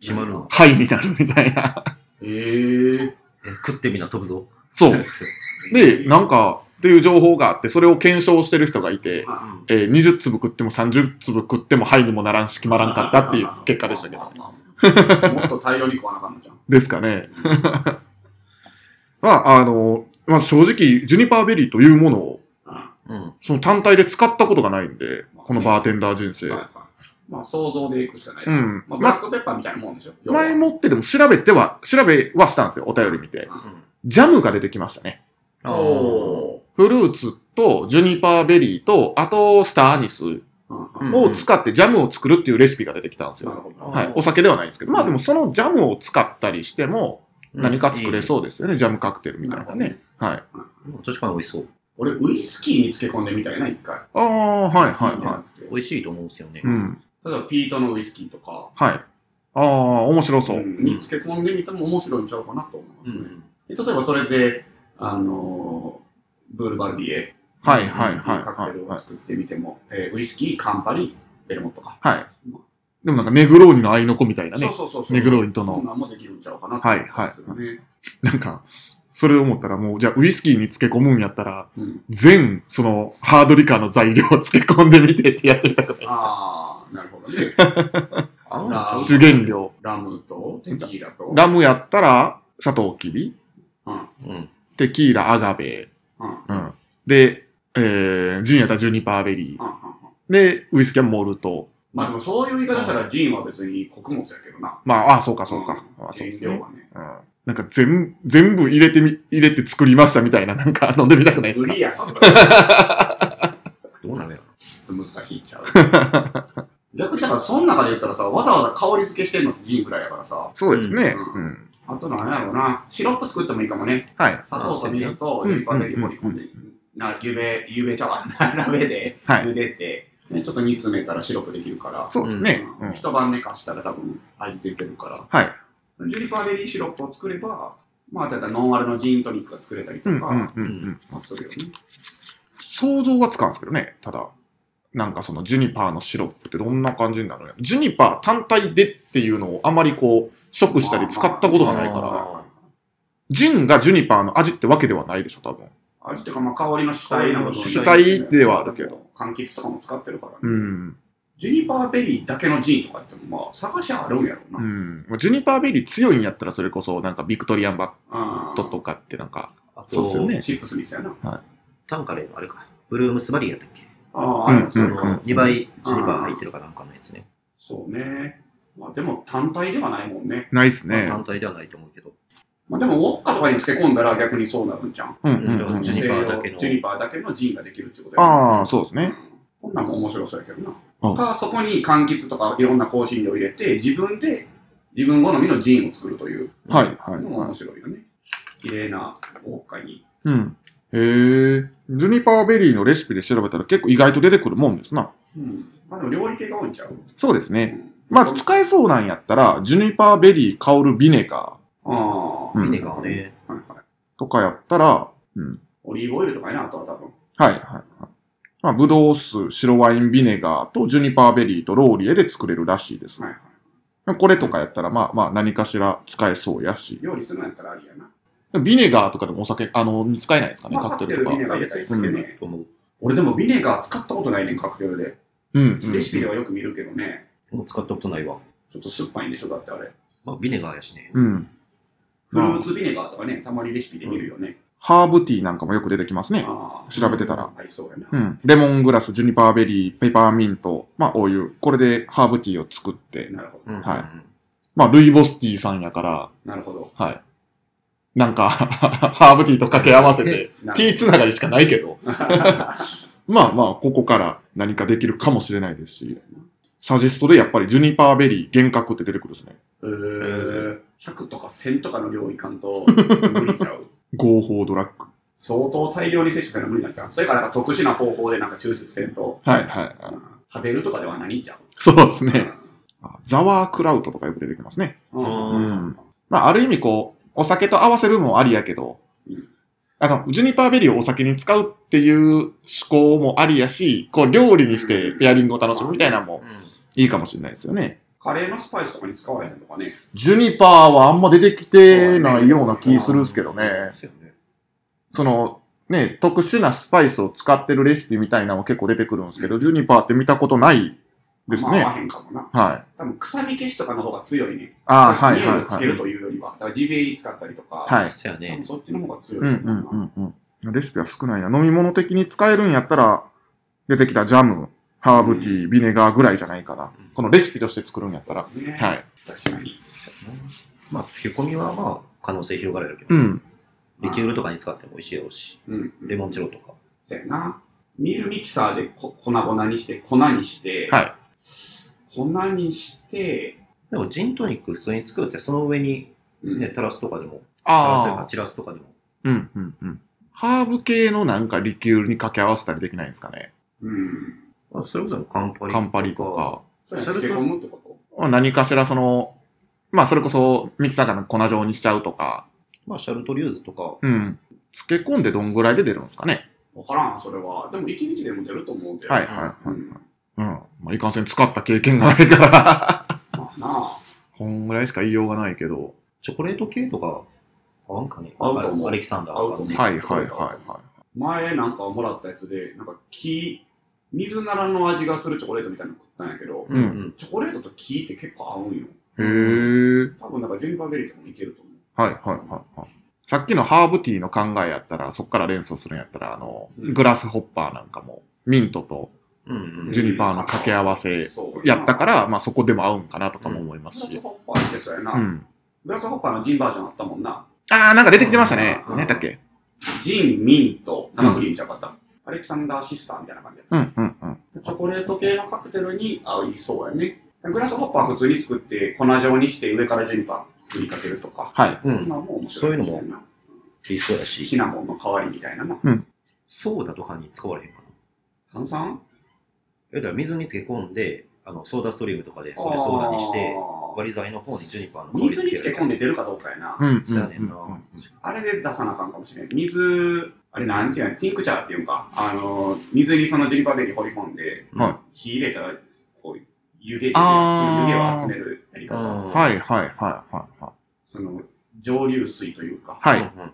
[SPEAKER 2] 決まるの。
[SPEAKER 3] はいになるみたいな。
[SPEAKER 1] えー。
[SPEAKER 2] え食ってみな、飛ぶぞ。
[SPEAKER 3] そう。で、なんか、っていう情報があって、それを検証してる人がいて、
[SPEAKER 2] う
[SPEAKER 1] あ
[SPEAKER 2] ん
[SPEAKER 3] えー20粒食っても30粒食ってもはいにもならんし決まらんかったっていう結果でしたけど。
[SPEAKER 1] まあまあまあもっと大量に食わなあかんのじゃん。
[SPEAKER 3] ですかね。 <laughs> まあ、あの、まあ、正直、ジュニパーベリーというものを、
[SPEAKER 1] う
[SPEAKER 2] うん。
[SPEAKER 3] その単体で使ったことがないんで、このバーテンダー人生。
[SPEAKER 1] んはいはいまあ想像でいくしかないで
[SPEAKER 3] う
[SPEAKER 1] す。
[SPEAKER 3] ん。
[SPEAKER 1] ま
[SPEAKER 3] ま
[SPEAKER 1] あ、ブラックペッパーみたいなもんでしょ。要は
[SPEAKER 3] 前もってでも調べては、調べはしたんですよ、お便り見て。
[SPEAKER 2] うん
[SPEAKER 3] ジャムが出てきましたね。
[SPEAKER 2] あー
[SPEAKER 1] お
[SPEAKER 3] フルーツと、ジュニパーベリーと、あと、スターアニス
[SPEAKER 1] ーうん
[SPEAKER 2] う
[SPEAKER 3] を
[SPEAKER 2] ん
[SPEAKER 3] 使ってジャムを作るっていうレシピが出てきたんです
[SPEAKER 1] なる
[SPEAKER 3] よ。
[SPEAKER 1] ほど。
[SPEAKER 3] はい。お酒ではないんですけど。まあでもそのジャムを使ったりしても、何か作れ
[SPEAKER 2] う
[SPEAKER 3] そうですよね。ジャムカクテルみたいなのがね。はい。
[SPEAKER 2] ん。いいうん確かに美味しそう。
[SPEAKER 1] 俺、ウイスキーに漬け込んでみたいな、一回。
[SPEAKER 3] ああ、はいはいは
[SPEAKER 1] はい。
[SPEAKER 2] 美味しいと思うんですよね。
[SPEAKER 3] い。うん。
[SPEAKER 1] 例えば、ピートのウイスキーとか、
[SPEAKER 3] はい。ああ、面白そうう。
[SPEAKER 1] んに漬け込んでみても面白いんちゃうかなと思います
[SPEAKER 2] う
[SPEAKER 1] ね。
[SPEAKER 2] ん。
[SPEAKER 1] で例えば、それで、あのーブールバルディエ、
[SPEAKER 3] はいはいはい
[SPEAKER 1] カクテルを
[SPEAKER 3] はい。
[SPEAKER 1] 作ってみても、えーウイスキー、カンパリ、ベルモットか。
[SPEAKER 3] はい。でもなんかネグローニの合いの子みたいな
[SPEAKER 1] そ
[SPEAKER 3] ね
[SPEAKER 1] う。そうそうそう。
[SPEAKER 3] ネグローニと
[SPEAKER 1] そ
[SPEAKER 3] の。
[SPEAKER 1] んなんもできるんちゃうかなと
[SPEAKER 3] はい
[SPEAKER 1] 思うんですよね
[SPEAKER 3] なんか、それを思ったらもう、じゃあウイスキーに漬け込むんやったら、
[SPEAKER 1] うん
[SPEAKER 3] 全、その、ハードリカーの材料を漬け込んでみてってやってみたくないですか
[SPEAKER 1] ああ、なるほどね。
[SPEAKER 2] 合うんちゃ
[SPEAKER 1] あ
[SPEAKER 2] う
[SPEAKER 1] ー
[SPEAKER 3] 主原料。
[SPEAKER 1] ラムとテキーラ
[SPEAKER 3] <laughs>
[SPEAKER 1] と。
[SPEAKER 3] ラムやったら、サトウキビ、
[SPEAKER 2] うん。
[SPEAKER 3] テキーラ、アガベ、
[SPEAKER 1] うん。うんうん
[SPEAKER 3] うん。で、えー、ジンやったらジュニパーベリー。
[SPEAKER 1] うん
[SPEAKER 3] で、ウイスキーはモルト。
[SPEAKER 1] まあでもそういう言い方したらジンは別に穀物やけどな。
[SPEAKER 3] まあ、ああ、そうか、そうか。
[SPEAKER 1] ん
[SPEAKER 3] あそうです
[SPEAKER 1] 原
[SPEAKER 3] ね
[SPEAKER 1] 料。はね。
[SPEAKER 3] うん。なんか全、全部入れてみ、入れて作りましたみたいな、なんか飲ん <laughs> でみたくないです
[SPEAKER 1] 無
[SPEAKER 3] か
[SPEAKER 1] 理や。ちょ
[SPEAKER 2] どうなのやろ。
[SPEAKER 1] っと難しいんちゃう。 <laughs> 逆にだからその中で言ったらさ、わざわざ香り付けしてんのってジンぐらいやからさ。
[SPEAKER 3] そうですね。う
[SPEAKER 1] うん
[SPEAKER 3] ん。
[SPEAKER 1] あと何やろうな。シロップ作ってもいいかもね。
[SPEAKER 3] はい。
[SPEAKER 1] 砂糖と水と
[SPEAKER 3] うん
[SPEAKER 1] ジュニパーベリー掘り込んで。な、ゆべ、ゆべ茶 <laughs> 碗、鍋で
[SPEAKER 3] はい
[SPEAKER 1] 茹でて、ねちょっと煮詰めたら白くできるから。
[SPEAKER 3] そうですね。
[SPEAKER 1] う
[SPEAKER 3] うんん。
[SPEAKER 1] 一晩寝かしたら多分味出てるから。
[SPEAKER 3] はい。
[SPEAKER 1] ジュニパーベリーシロップを作れば、まあ、例えばノンアルのジントニックが作れたりと
[SPEAKER 3] うん、
[SPEAKER 1] か、
[SPEAKER 3] うん、うん、うん。
[SPEAKER 1] まあ、するよね。
[SPEAKER 3] 想像はつかんですけどね。ただ、なんかそのジュニパーのシロップってどんな感じになるのやジュニパー単体でっていうのをあまりこう、食したり使ったことがないか
[SPEAKER 2] まあまあまあ
[SPEAKER 3] ら、
[SPEAKER 2] ら
[SPEAKER 3] ジンがジュニパーの味ってわけではないでしょ、多分。
[SPEAKER 1] 味とか、まあ、香りの主体なの
[SPEAKER 2] 主
[SPEAKER 3] 体ではあるけど。
[SPEAKER 1] 柑橘とかも使ってるからね。
[SPEAKER 3] うん。
[SPEAKER 1] ジュニパーベリーだけのジンとかっても、まあ、探しはあるんやろう
[SPEAKER 3] う
[SPEAKER 1] な。
[SPEAKER 3] ん。ジュニパーベリー強いんやったら、それこそなんかビクトリアンバ
[SPEAKER 1] あ
[SPEAKER 3] ッ
[SPEAKER 1] ー
[SPEAKER 3] トとかってなんか、
[SPEAKER 2] あ
[SPEAKER 3] そうですよ
[SPEAKER 2] と、
[SPEAKER 3] ね
[SPEAKER 1] シップスミスやな。
[SPEAKER 2] タンカレーのあれか。ブルームスバリーやったっけ
[SPEAKER 1] ああ、ある
[SPEAKER 3] うん
[SPEAKER 1] そう
[SPEAKER 2] あ
[SPEAKER 1] ん
[SPEAKER 2] の、2倍、12番入ってるかなんかのやつね。
[SPEAKER 1] そうね。まあ、でも単体ではないもんね。
[SPEAKER 3] ないっす
[SPEAKER 2] まあ
[SPEAKER 3] ね。
[SPEAKER 2] 単体ではないと思うけど。
[SPEAKER 1] まあ、でも、ウォッカとかに漬け込んだら逆にそうなるんじゃん。
[SPEAKER 3] うん、
[SPEAKER 2] う
[SPEAKER 3] うんん、うん
[SPEAKER 2] ジ。ュニパーだけの
[SPEAKER 1] ジュニパーだけのジンができるってことやね
[SPEAKER 3] ああ、そうですね。。
[SPEAKER 1] うんこんなんも面白そうやけどな。
[SPEAKER 3] うん
[SPEAKER 1] か、そこに柑橘とかいろんな香辛料を入れて、自分で自分好みのジンを作るという
[SPEAKER 3] はい、はい、
[SPEAKER 1] のも
[SPEAKER 3] は
[SPEAKER 1] 面
[SPEAKER 3] い。
[SPEAKER 1] 白いよね。綺麗なウォッカに。
[SPEAKER 3] うん。へえ。ジュニパーベリーのレシピで調べたら結構意外と出てくるもんですな。
[SPEAKER 1] うん。まあでも料理系が多いんちゃう
[SPEAKER 3] そうです
[SPEAKER 1] う
[SPEAKER 3] ね。
[SPEAKER 1] ん
[SPEAKER 3] まあ、使えそうなんやったら、ジュニパーベリー香るビネガ
[SPEAKER 1] ああ、
[SPEAKER 3] うん
[SPEAKER 2] ミネガーね。
[SPEAKER 1] はいはい。
[SPEAKER 3] ーとかやったら、うん。
[SPEAKER 1] オリーブオイルとかやな、あとは多分。
[SPEAKER 3] はい、はいはい。まあ、ブドウ酢、白ワインビネガーとジュニパーベリーとローリエで作れるらしいです。
[SPEAKER 1] はいはい。
[SPEAKER 3] これとかやったら、まあまあ何かしら使えそうやし。
[SPEAKER 1] 料理するんやったらありやな。
[SPEAKER 3] ビネガーとかでもお酒、あの、使えないですかね、
[SPEAKER 1] まあ
[SPEAKER 3] カクテルとか。
[SPEAKER 1] カクテルビネガー
[SPEAKER 2] あ別に好きだと思う。
[SPEAKER 1] 俺でもビネガー使ったことないねん、カクテルで。
[SPEAKER 3] うん、うん
[SPEAKER 1] レシピではよく見るけどね。
[SPEAKER 2] もう使ったことないわ。
[SPEAKER 1] ちょっと酸っぱいんでしょ、だってあれ。
[SPEAKER 2] まあ、ビネガーやしね。
[SPEAKER 3] うん。
[SPEAKER 1] フルーツビネガーとかね、たまにレシピで見るよね。
[SPEAKER 3] ハーブティーなんかもよく出てきますね。
[SPEAKER 1] ああ
[SPEAKER 3] 調べてたら。
[SPEAKER 1] 合いそうやな。
[SPEAKER 3] うん。レモングラス、ジュニパーベリー、ペパーミント、まあ、お湯。これでハーブティーを作って。
[SPEAKER 1] なるほど。
[SPEAKER 2] うん
[SPEAKER 3] はい
[SPEAKER 2] うん
[SPEAKER 3] まあ、ルイボスティーさんやから、
[SPEAKER 1] なるほど。
[SPEAKER 3] はい。なんか、 <laughs> ハーブティーと掛け合わせて、
[SPEAKER 1] な
[SPEAKER 3] ティ
[SPEAKER 1] る
[SPEAKER 3] ーつながりしかないけど。まあまあ、ここから何かできるかもしれないですし。サジェストでやっぱりジュニパーベリー、幻覚って出てくるんですね。
[SPEAKER 1] ほど。えー、100とか1000とかの量いか
[SPEAKER 3] <laughs>
[SPEAKER 1] んと、無理ちゃう。
[SPEAKER 3] 合法ドラッグ。
[SPEAKER 1] 相当大量に摂取するの無理になっちゃう。それからなんか特殊な方法でなんか抽出せんと、
[SPEAKER 3] はいはい。
[SPEAKER 1] 食べるとかではないんちゃう。
[SPEAKER 3] そうですね。あザワークラウトとかよく出てきますね。
[SPEAKER 1] うん。
[SPEAKER 2] うん
[SPEAKER 3] まあ、ある意味こう、お酒と合わせるもありやけど
[SPEAKER 1] うん、
[SPEAKER 3] あの、ジュニパーベリーをお酒に使うっていう思考もありやし、こう、料理にしてペアリングを楽しむみたいなのもいいかもしれないですよね。
[SPEAKER 1] カレーのスパイスとかに使われへんのかね。
[SPEAKER 3] ジュニパーはあんま出てきてないような気するっすけど
[SPEAKER 2] うん
[SPEAKER 3] ね。
[SPEAKER 2] そうよね
[SPEAKER 3] その、ね、特殊なスパイスを使ってるレシピみたいなのも結構出てくるんですけど、ジュニパーって見たことないです
[SPEAKER 1] まあ、合
[SPEAKER 3] ね。
[SPEAKER 1] わへんかもな。
[SPEAKER 3] はい。
[SPEAKER 1] 多分、臭み消しとかの方が強いね。
[SPEAKER 3] ああ、はい
[SPEAKER 1] 匂
[SPEAKER 3] はい
[SPEAKER 1] をつ
[SPEAKER 3] い
[SPEAKER 1] け
[SPEAKER 3] は
[SPEAKER 1] る
[SPEAKER 3] い。
[SPEAKER 1] というよりは。だから GBA 使ったりとか、
[SPEAKER 3] はい。
[SPEAKER 2] そうや
[SPEAKER 1] 多分
[SPEAKER 2] ね。
[SPEAKER 1] そっちの方が強い
[SPEAKER 3] うん
[SPEAKER 1] か
[SPEAKER 3] う
[SPEAKER 1] な。
[SPEAKER 3] んうんうん。レシピは少ないな。飲み物的に使えるんやったら、出てきたジャム、ハーブティー、ビネガーぐらいじゃないかな
[SPEAKER 2] うん。
[SPEAKER 3] このレシピとして作るんやったら。
[SPEAKER 1] ね、
[SPEAKER 3] はい。
[SPEAKER 1] 確かに。
[SPEAKER 2] まあ、漬け込みはまあ、可能性広がるやろうけ
[SPEAKER 3] う
[SPEAKER 2] ど。
[SPEAKER 3] ん。
[SPEAKER 2] リキュールとかに使っても美味しいやろうし。
[SPEAKER 1] うん。
[SPEAKER 2] レモンチェロとか。
[SPEAKER 1] そうやな。ミールミキサーでこ粉々にして、粉にして、
[SPEAKER 3] はい
[SPEAKER 1] 粉にして、
[SPEAKER 2] でも、ジントニック普通に作るって、その上に、
[SPEAKER 1] うん
[SPEAKER 2] ね、タラスとかでも、タラスというか、
[SPEAKER 3] ああ。
[SPEAKER 2] チラスとかでも。
[SPEAKER 3] うんうんうん。ハーブ系のなんかリキュールに掛け合わせたりできないんですかね。
[SPEAKER 1] うん。
[SPEAKER 2] まあ、それこそカンパリと
[SPEAKER 3] カ
[SPEAKER 2] か。
[SPEAKER 3] ンパリとか。
[SPEAKER 1] それ漬け込むってこと
[SPEAKER 3] まあ何かしらその、まあそれこそミキサーから粉状にしちゃうとか。
[SPEAKER 2] まあ、シャルトリューズとか。
[SPEAKER 3] うん。漬け込んでどんぐらいで出るんですかね。
[SPEAKER 1] わからん、それは。でも一日でも出ると思うんだよ。
[SPEAKER 3] はいはいは
[SPEAKER 1] う
[SPEAKER 3] い。
[SPEAKER 1] ん。
[SPEAKER 3] うん。まあいかんせん使った経験がないから。
[SPEAKER 1] まあなあ。
[SPEAKER 3] <laughs> こんぐらいしか言いようがないけど。
[SPEAKER 2] チョコレート系とか、合わんかね。
[SPEAKER 1] 合うと思う
[SPEAKER 2] アレキサンダ
[SPEAKER 1] 合う
[SPEAKER 2] ー
[SPEAKER 1] と
[SPEAKER 2] と
[SPEAKER 1] 思
[SPEAKER 2] か
[SPEAKER 1] う
[SPEAKER 2] ね。
[SPEAKER 3] はいはいはいはい。
[SPEAKER 1] 前なんかもらったやつで、なんか木、水ならの味がするチョコレートみたいなの食ったんやけど、
[SPEAKER 3] うん
[SPEAKER 2] うん。
[SPEAKER 1] チョコレートと木って結構合うんよ。
[SPEAKER 3] へー。
[SPEAKER 1] 多分なんかジュニパーベリーとかもいけると思う。
[SPEAKER 3] はいはいはいはい。さっきのハーブティーの考えやったら、そっから連想するんやったら、あの、
[SPEAKER 1] うん
[SPEAKER 3] グラスホッパーなんかも、ミントと
[SPEAKER 2] うんうん。
[SPEAKER 3] ジュニパーの掛け合わせ
[SPEAKER 1] そう。
[SPEAKER 3] やったからら、まあそこでも合うんかなとかも思いま
[SPEAKER 1] グ
[SPEAKER 3] す
[SPEAKER 1] ラス
[SPEAKER 3] し。
[SPEAKER 1] ホッパーってそうやな。
[SPEAKER 3] うん。
[SPEAKER 1] グラスホッパーのジンバージョンあったもんな。
[SPEAKER 3] あー、なんか出てきてましたね。
[SPEAKER 1] うん
[SPEAKER 3] 何やったっけ
[SPEAKER 1] ジン、ミント、生クリームちゃうかった。アレキサンダーシスターみたいな感じやっ
[SPEAKER 3] うんうんうん。
[SPEAKER 1] た。チョコレート系のカクテルに合いそうやね。グラスホッパー普通に作って、粉状にして上からジュニパー振りかけるとか。
[SPEAKER 3] はい。
[SPEAKER 2] う
[SPEAKER 1] そん
[SPEAKER 2] ん。
[SPEAKER 1] なんも面白
[SPEAKER 2] そういうのも
[SPEAKER 1] みたな
[SPEAKER 2] いいそうやし
[SPEAKER 1] シ。ナモンの代わりみたいなな。
[SPEAKER 2] ソーダとかに使われへんかな。
[SPEAKER 1] 炭酸
[SPEAKER 2] え、だから水に漬け込んで、あの、ソーダストリームとかで、それソーダにして、
[SPEAKER 1] あー
[SPEAKER 2] 割り剤の方にジュニパーの香り
[SPEAKER 1] 水に漬け込ん
[SPEAKER 2] で。
[SPEAKER 1] で出るかどうかやな。
[SPEAKER 3] うんう
[SPEAKER 2] そ
[SPEAKER 3] ん
[SPEAKER 2] う
[SPEAKER 3] う
[SPEAKER 2] やねんな。
[SPEAKER 3] ん。
[SPEAKER 1] あれで出さなあかんかもしれん。水、あれなんていうの、ティンクチャーっていうんか、あの、水にそのジュニパーベリー放り込んで、
[SPEAKER 3] はい
[SPEAKER 1] 火入れたら、こう、湯気で、湯気
[SPEAKER 3] あー
[SPEAKER 1] を集めるやり方。
[SPEAKER 2] うん
[SPEAKER 3] はいはいはいはいはい。
[SPEAKER 1] その、蒸留水というか。
[SPEAKER 3] は
[SPEAKER 2] うん
[SPEAKER 3] い。
[SPEAKER 2] うん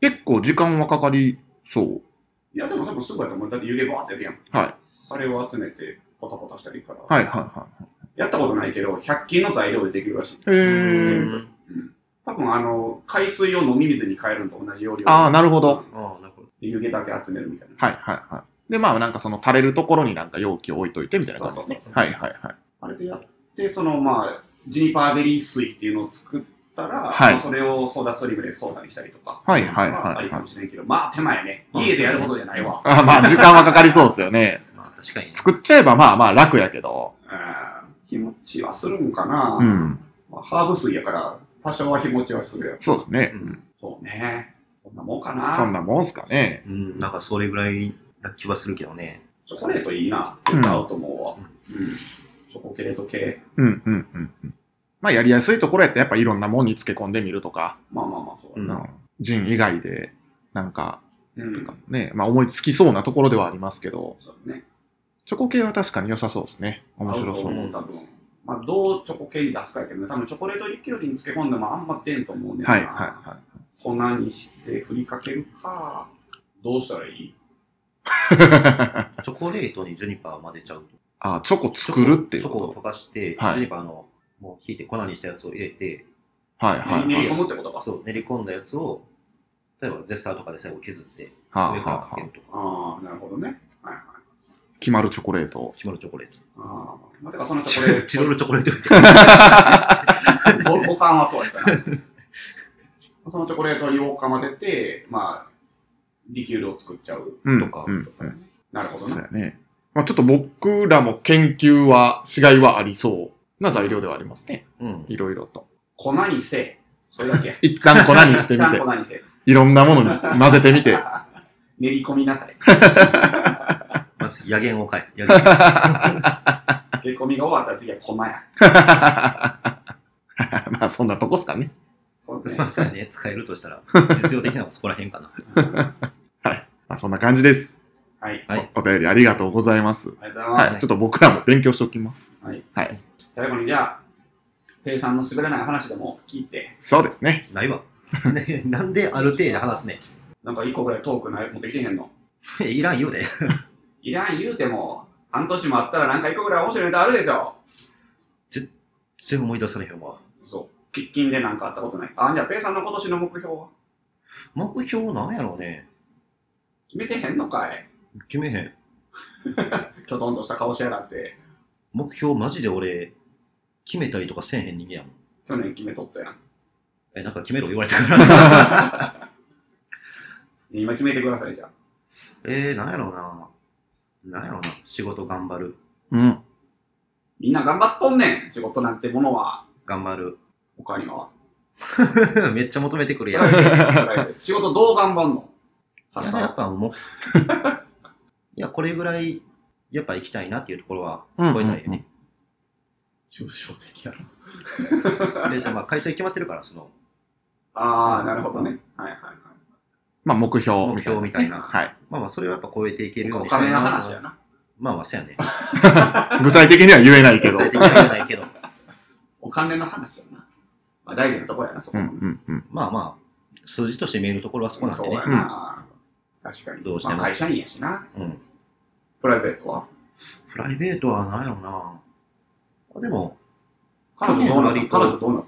[SPEAKER 3] 結構時間はかかりそう。
[SPEAKER 1] いや、でも多分すぐやと思う。だって湯気バーってやるやん。
[SPEAKER 3] はい。
[SPEAKER 1] あれを集めて、ポタポタしたりから。
[SPEAKER 3] はいはいは
[SPEAKER 1] やったことないけど、100均の材料でできるらしい。
[SPEAKER 3] い。へー。
[SPEAKER 1] うん。多分あの、海水を飲み水に変えるのと同じ要領。
[SPEAKER 3] あーなるほど。
[SPEAKER 2] ああ、なるほど。
[SPEAKER 1] で湯気だけ集めるみたいな。
[SPEAKER 3] はいはいはい。で、まあなんかその垂れるところになんか容器を置いといてみたいな感じですね
[SPEAKER 1] そう。そう
[SPEAKER 3] は
[SPEAKER 1] そう
[SPEAKER 3] いはいはい。
[SPEAKER 1] あれでやって、そのまあ、ジュニパーベリー水っていうのを作ったら、
[SPEAKER 3] はい
[SPEAKER 1] まあそれをソーダストリームでソーダにしたりとか。
[SPEAKER 3] はいはい
[SPEAKER 1] ま
[SPEAKER 3] はい
[SPEAKER 1] あありかもしれんけど、まあ手前ね。家でやることじゃないわ。
[SPEAKER 3] あまあ、時間はかかりそうですよね。
[SPEAKER 2] まあ、確かに。
[SPEAKER 3] 作っちゃえばまあまあ楽やけど。
[SPEAKER 1] うん日持ちはするんかな、
[SPEAKER 3] うん。
[SPEAKER 1] まあ、ハーブ水やから、多少は日持ちはするやろ
[SPEAKER 3] そうですね。
[SPEAKER 2] うん
[SPEAKER 1] そうね。そんなもんかな
[SPEAKER 3] そんなもんすかね。
[SPEAKER 2] うん、なんかそれぐらいな気はするけどね。
[SPEAKER 1] チョコレートいいな。
[SPEAKER 3] うん
[SPEAKER 1] 合うと思うわ。うん。チョコレート系。
[SPEAKER 3] うんうんうんうん。まあ、やりやすいところやったらやっぱいろんなもんに漬け込んでみるとか、
[SPEAKER 1] まあまあまあ、そうだ
[SPEAKER 2] う
[SPEAKER 1] ね。
[SPEAKER 2] ん
[SPEAKER 3] うんジン以外で、なんか、
[SPEAKER 1] うん。
[SPEAKER 3] ね、まあ思いつきそうなところではありますけど、
[SPEAKER 1] そうだね。
[SPEAKER 3] チョコ系は確かに良さそうですね。面白そう。
[SPEAKER 1] 合うと思う多分。まあ、どうチョコ系に出すかやけどね、多分チョコレートリキュールに漬け込んでもあんま出んと思うねんな
[SPEAKER 3] はいはいはい。
[SPEAKER 1] 粉にして振りかけるか、どうしたらいい
[SPEAKER 2] チョコレートにジュニパーを混ぜちゃうと。
[SPEAKER 3] あ、チョコ作るってい
[SPEAKER 2] チ
[SPEAKER 3] う
[SPEAKER 2] ョコを
[SPEAKER 3] こ
[SPEAKER 2] 溶かして、
[SPEAKER 3] はい
[SPEAKER 2] ジュニパーの、もうひいて粉にしたやつを入れて、
[SPEAKER 3] と。はいはいはい。
[SPEAKER 1] 練り込むってことか。
[SPEAKER 2] そう、練り込んだやつを、例えばゼスターとかで最後削って、
[SPEAKER 3] はあ
[SPEAKER 2] 上か
[SPEAKER 3] は
[SPEAKER 2] ら
[SPEAKER 3] あ
[SPEAKER 2] かけ
[SPEAKER 3] は
[SPEAKER 2] るとか、
[SPEAKER 1] ああ、なるほどね。はいはい。
[SPEAKER 3] 決まるチョコレート。
[SPEAKER 2] シモルチョコレート。
[SPEAKER 1] ああ、まあ、てかそのチ
[SPEAKER 2] チ
[SPEAKER 1] ョコレー
[SPEAKER 2] <laughs>
[SPEAKER 3] <laughs>
[SPEAKER 1] ト。
[SPEAKER 2] ロルチョコレートみたいな。
[SPEAKER 1] ご五感はそうやったな。そのチョコレートにウォッカ混ぜて、まあ、リキュールを作っちゃう
[SPEAKER 3] うん。
[SPEAKER 2] とか
[SPEAKER 3] うん
[SPEAKER 1] とか
[SPEAKER 3] う
[SPEAKER 1] ね
[SPEAKER 3] ん。
[SPEAKER 1] なるほど
[SPEAKER 3] そう
[SPEAKER 1] な。
[SPEAKER 3] やね。まあちょっと僕らも研究は、違いはありそうな材料ではありますね。
[SPEAKER 2] <laughs> うん。
[SPEAKER 3] いろいろと。。
[SPEAKER 1] 粉にせえ。それだけ
[SPEAKER 3] <laughs> 一旦粉にしてみ
[SPEAKER 1] 一
[SPEAKER 3] て
[SPEAKER 2] <laughs>
[SPEAKER 1] 旦、粉にせえ。
[SPEAKER 3] いろんなものに混ぜてみて。
[SPEAKER 1] 練り込みなさい。
[SPEAKER 2] まず、野源を買え。野 <laughs> 源。
[SPEAKER 1] 漬け込みが終わったら次は粉や。
[SPEAKER 3] <laughs> まあそんなとこっすかね。
[SPEAKER 1] そうね
[SPEAKER 2] ま
[SPEAKER 3] <laughs>
[SPEAKER 2] あ、そう <laughs> やね、使えるとしたら、実用的なのはそこら辺かな。
[SPEAKER 3] まあそんな感じです。
[SPEAKER 1] はい。あり
[SPEAKER 2] はい
[SPEAKER 3] おお便りありがとうございます。
[SPEAKER 1] がとうございます。
[SPEAKER 3] はい。ちょっと僕らも勉強しておきます。
[SPEAKER 1] はい。
[SPEAKER 3] はい。
[SPEAKER 1] 最後にじゃあ、ペイさんの滑らない話でも聞いて、
[SPEAKER 3] そうですね。
[SPEAKER 2] ない <laughs> わ。ねなんである程度話すね
[SPEAKER 1] なんか一個ぐらいトークない持ってきてへんの
[SPEAKER 2] ん。いらんようで。
[SPEAKER 1] いらん言うても、半年もあったらなんか一個ぐらい面白いネタあるでしょ
[SPEAKER 2] 全部思い出さないよ、も
[SPEAKER 1] そう。喫緊でなんかあったことない。あ、じゃあペイさんの今年の目標は
[SPEAKER 2] う。目標なんやろうね。
[SPEAKER 1] 決めてへんのかい
[SPEAKER 2] 決めへん。
[SPEAKER 1] きょとんとした顔しやがって、
[SPEAKER 2] 目標マジで俺、決めたりとかせえへん人間やもん。
[SPEAKER 1] 去年決めとったやん。
[SPEAKER 2] え、なんか決めろ言われたから。 <laughs>
[SPEAKER 1] 今決めてください、じゃあ。
[SPEAKER 2] えー、なんやろうな。なんやろうな。仕事頑張る。
[SPEAKER 3] うん。
[SPEAKER 1] みんな頑張っとんねん仕事なんてものは。
[SPEAKER 2] 頑張る。 <laughs>
[SPEAKER 1] 他には。
[SPEAKER 2] めっちゃ求めてくるやん。い
[SPEAKER 1] 仕事どう頑張んのさ
[SPEAKER 2] や
[SPEAKER 1] す
[SPEAKER 2] やっ
[SPEAKER 1] が。
[SPEAKER 2] ぱもう。 <laughs> いや、これぐらい、やっぱ行きたいなっていうところは
[SPEAKER 3] うん
[SPEAKER 2] 超えたいよね。
[SPEAKER 1] 抽象的やろ。
[SPEAKER 2] で、じゃあまあ会社決まってるから、その、
[SPEAKER 1] ああ、なるほどね。はいはいはい。
[SPEAKER 3] まあ目標
[SPEAKER 2] 目
[SPEAKER 3] みたい
[SPEAKER 2] 標
[SPEAKER 3] な。
[SPEAKER 2] みたいな。
[SPEAKER 3] はい。
[SPEAKER 2] まあまあ、それをやっぱ超えていけるよう
[SPEAKER 1] お
[SPEAKER 2] にした
[SPEAKER 1] 金
[SPEAKER 2] い
[SPEAKER 1] の
[SPEAKER 2] な。
[SPEAKER 1] 話やな。
[SPEAKER 2] まあまあ、そうやね。
[SPEAKER 3] 具体的には言えないけ
[SPEAKER 2] 具 <laughs>
[SPEAKER 3] ど。
[SPEAKER 2] 体的には言えないけど。
[SPEAKER 1] お金の話やな。まあ、大事なとこやな、そこ。
[SPEAKER 3] うんうんうん。
[SPEAKER 2] まあまあ、数字として見えるところはそこなん
[SPEAKER 1] そ
[SPEAKER 2] で
[SPEAKER 1] う
[SPEAKER 2] ね
[SPEAKER 1] や。な。確かに。
[SPEAKER 2] どうしても
[SPEAKER 1] まあ、会社員やしな。
[SPEAKER 2] うん。
[SPEAKER 1] プライベートは。
[SPEAKER 2] プライベートはなんやろうな。あでも、
[SPEAKER 1] 彼女どうなっ
[SPEAKER 2] うん
[SPEAKER 1] た彼女どうなっ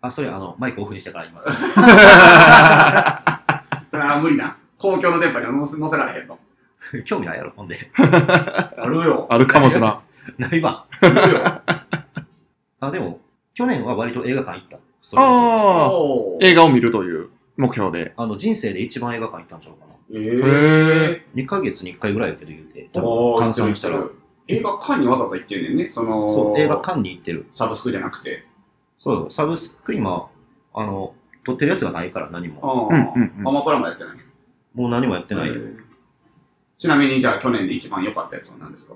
[SPEAKER 2] あ、それあの、マイクオフにしてから言います。 <laughs>
[SPEAKER 1] たそれは無理な。公共の電波には載せ載せられへんの。
[SPEAKER 2] 興味ないやろ、ほんで。
[SPEAKER 1] あるよ。
[SPEAKER 3] あるかもしれな
[SPEAKER 2] ないわ。
[SPEAKER 1] あるよ。
[SPEAKER 2] あ、でも、去年は割と映画館行っ
[SPEAKER 3] い。
[SPEAKER 2] た。それこそ
[SPEAKER 3] ああ。
[SPEAKER 1] おー
[SPEAKER 3] 映画を見るという目標で。
[SPEAKER 2] あの、人生で一番映画館行ったんちゃうかな。
[SPEAKER 1] え
[SPEAKER 3] へ
[SPEAKER 1] ー。
[SPEAKER 2] 2ヶ月に1回ぐらいやけど言うて、多
[SPEAKER 1] おー
[SPEAKER 2] 分換算したら。。
[SPEAKER 1] 映画館にわざわざ行ってんねんね。その、
[SPEAKER 2] そう、映画館に行ってる。
[SPEAKER 1] サブスクじゃなくて。
[SPEAKER 2] そう、サブスク今、あの、撮ってるやつがないから何も。
[SPEAKER 1] あ
[SPEAKER 3] うん
[SPEAKER 1] あ、
[SPEAKER 3] うんうん
[SPEAKER 1] ア。マプラもやってない。
[SPEAKER 2] もう何もやってない。
[SPEAKER 1] へーちなみに、じゃあ去年で一番良かったやつは何ですか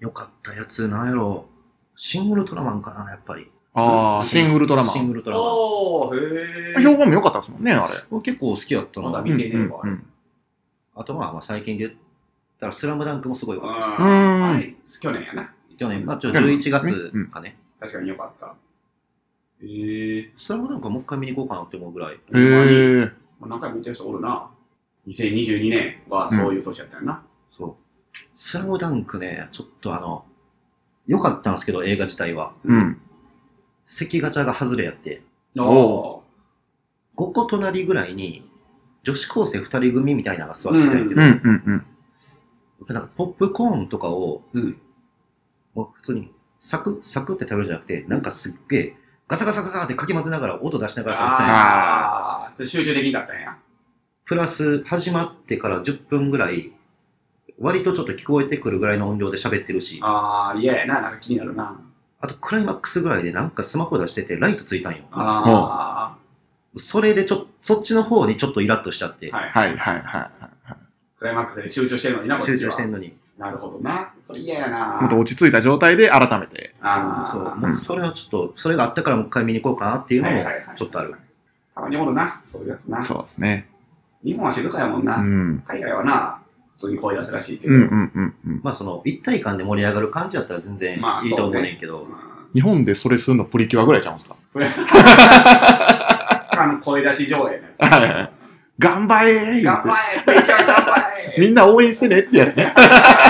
[SPEAKER 2] よかったやつ、なんやろ。シン・ウルトラマンかな、やっぱり。
[SPEAKER 3] ああ、シン・ウルトラマ
[SPEAKER 2] シン・
[SPEAKER 3] ン。
[SPEAKER 2] ウルトラマン。
[SPEAKER 1] おー、へ
[SPEAKER 3] 評判も良かったですもんね、あれ。
[SPEAKER 2] 僕結構好きやった
[SPEAKER 1] まだ
[SPEAKER 2] な。
[SPEAKER 1] 見てねえわ
[SPEAKER 3] うんうん
[SPEAKER 2] あとまあ、まあ最近で言ったら、スラムダンクもすごい良かったです。
[SPEAKER 3] うーん
[SPEAKER 1] あれ去年やな。
[SPEAKER 2] 去年、まあ、ちょ、11月かね。
[SPEAKER 1] 確かに良かった。えー、
[SPEAKER 2] スラムダンクはもう一回見に行こうかなって思うぐらい。
[SPEAKER 3] うんへえ。
[SPEAKER 1] もう何回も見てる人おるな。2022年はそういう年やったよな。
[SPEAKER 2] そう。スラムダンクね、ちょっとあの、良かったんですけど、映画自体は。
[SPEAKER 3] うん。
[SPEAKER 2] 席ガチャが外れやって、
[SPEAKER 1] お
[SPEAKER 2] 5個隣ぐらいに、女子高生2人組みたいなのが座ってたんやけ
[SPEAKER 3] う
[SPEAKER 2] ど、
[SPEAKER 3] んうんうん。
[SPEAKER 2] なんかポップコーンとかを、
[SPEAKER 1] うん
[SPEAKER 2] もう普通に、サクサクって食べるんじゃなくて、なんかすっげえ、ガサガサガサってかき混ぜながら音出しながら食べてたんや
[SPEAKER 1] ああー、集中できんかったんや。
[SPEAKER 2] プラス、始まってから10分ぐらい、割とちょっと聞こえてくるぐらいの音量で喋ってるし、あ
[SPEAKER 1] ああ、嫌やな、なんか気になるな。
[SPEAKER 2] とクライマックスぐらいでなんかスマホ出しててライトついたんよ。
[SPEAKER 1] あ
[SPEAKER 2] それでちょっと、そっちの方にちょっとイラッとしちゃって、
[SPEAKER 1] あ、はい。
[SPEAKER 3] はいはいはい。
[SPEAKER 1] クライマックスで集中してるのにな、こっちは
[SPEAKER 2] 集中してんのに。
[SPEAKER 1] なるほどな。それ嫌やな。
[SPEAKER 3] もっと落ち着いた状態で改めて。
[SPEAKER 1] ああ、
[SPEAKER 2] そう、
[SPEAKER 1] は
[SPEAKER 2] もうそれはちょっと、それがあったからもう一回見に行こうかなってい
[SPEAKER 1] いう
[SPEAKER 2] の
[SPEAKER 1] はい
[SPEAKER 2] も
[SPEAKER 1] はい、
[SPEAKER 2] ちょっとある。。
[SPEAKER 1] たまにおるな、そういうやつな。
[SPEAKER 3] そうですね。
[SPEAKER 1] 日本は静かやもん
[SPEAKER 3] う
[SPEAKER 1] な。
[SPEAKER 3] ん。
[SPEAKER 1] 海外はな、普通に声出すらしいけど、
[SPEAKER 3] うんうんうんうん。
[SPEAKER 2] まあその一体感で盛り上がる感じだったら全然
[SPEAKER 1] まあ
[SPEAKER 2] いいと思うねんけど、
[SPEAKER 1] うん
[SPEAKER 3] 日本でそれするのプリキュアぐらいちゃうんすか
[SPEAKER 1] あの声出し上映のや
[SPEAKER 3] <laughs>
[SPEAKER 1] つ。
[SPEAKER 3] はいはいはい <laughs> 頑張れー言
[SPEAKER 1] 頑
[SPEAKER 3] って
[SPEAKER 1] 張れ、勉強頑張
[SPEAKER 3] み
[SPEAKER 1] れ
[SPEAKER 3] んな応援してねってやつね。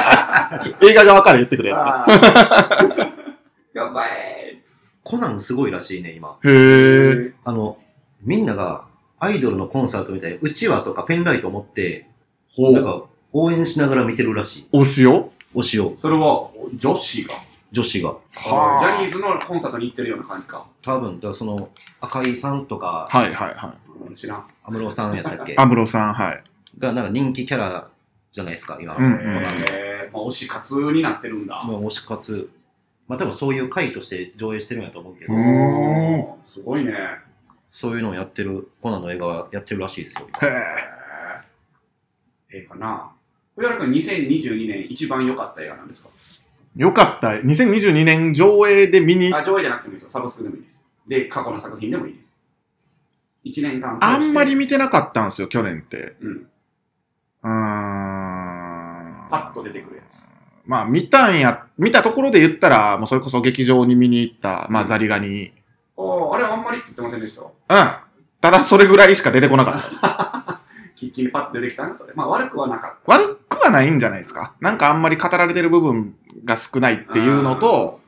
[SPEAKER 3] <laughs> 映画側から言ってくるや
[SPEAKER 1] あー
[SPEAKER 3] <laughs>
[SPEAKER 1] 頑張れ
[SPEAKER 2] コナンすごいらしいね、今。
[SPEAKER 3] つね。へー。
[SPEAKER 2] あの、みんながアイドルのコンサートみたいに、うちわとかペンライトを持って、
[SPEAKER 3] ほ
[SPEAKER 2] なん
[SPEAKER 3] う。
[SPEAKER 2] か応援しながら見てるらしい。
[SPEAKER 3] 推しを
[SPEAKER 2] 推しを、
[SPEAKER 1] それは女子が、
[SPEAKER 2] 女子が。
[SPEAKER 3] はあ
[SPEAKER 1] ジャニーズのコンサートに行ってるような感じか。
[SPEAKER 2] 多分、だからその、赤井さんとか、
[SPEAKER 3] はいはいはい。
[SPEAKER 1] うん知らん。
[SPEAKER 2] 安室さんやったっけ
[SPEAKER 3] 安室さん、はい。
[SPEAKER 2] が、なんか人気キャラじゃないですか、今。
[SPEAKER 3] うん
[SPEAKER 2] コナンの
[SPEAKER 1] えーまあ、推し活になってるんだ。
[SPEAKER 2] まあ、推し活。まあ、多分そういう回として上映してるんやと思うけど、
[SPEAKER 3] うーん
[SPEAKER 1] すごいね。
[SPEAKER 2] そういうのをやってる、コナンの映画はやってるらしいですよ。
[SPEAKER 3] へ
[SPEAKER 1] ええかな。藤原君、2022年一番良かった映画なんですか
[SPEAKER 3] ー。よかった。2022年上映で見に、
[SPEAKER 1] あ、上映じゃなくてもいいですよ。サブスクでもいいです。で、過去の作品でもいいです。1年間通して。
[SPEAKER 3] あんまり見てなかったんですよ、去年って。
[SPEAKER 1] うん。
[SPEAKER 3] うーん。
[SPEAKER 1] パッと出てくるやつ。
[SPEAKER 3] まあ見たんや、見たところで言ったら、もうそれこそ劇場に見に行った、まあザリガニ。
[SPEAKER 1] ああ、あれあんまりって言ってませんでした
[SPEAKER 3] うん。ただそれぐらいしか出てこなかったです。
[SPEAKER 1] キッキンにパッと出てきたんそれ。まあ悪くはなかっ
[SPEAKER 3] 悪くはないんじゃないですか。なんかあんまり語られてる部分が少ないっていうのと、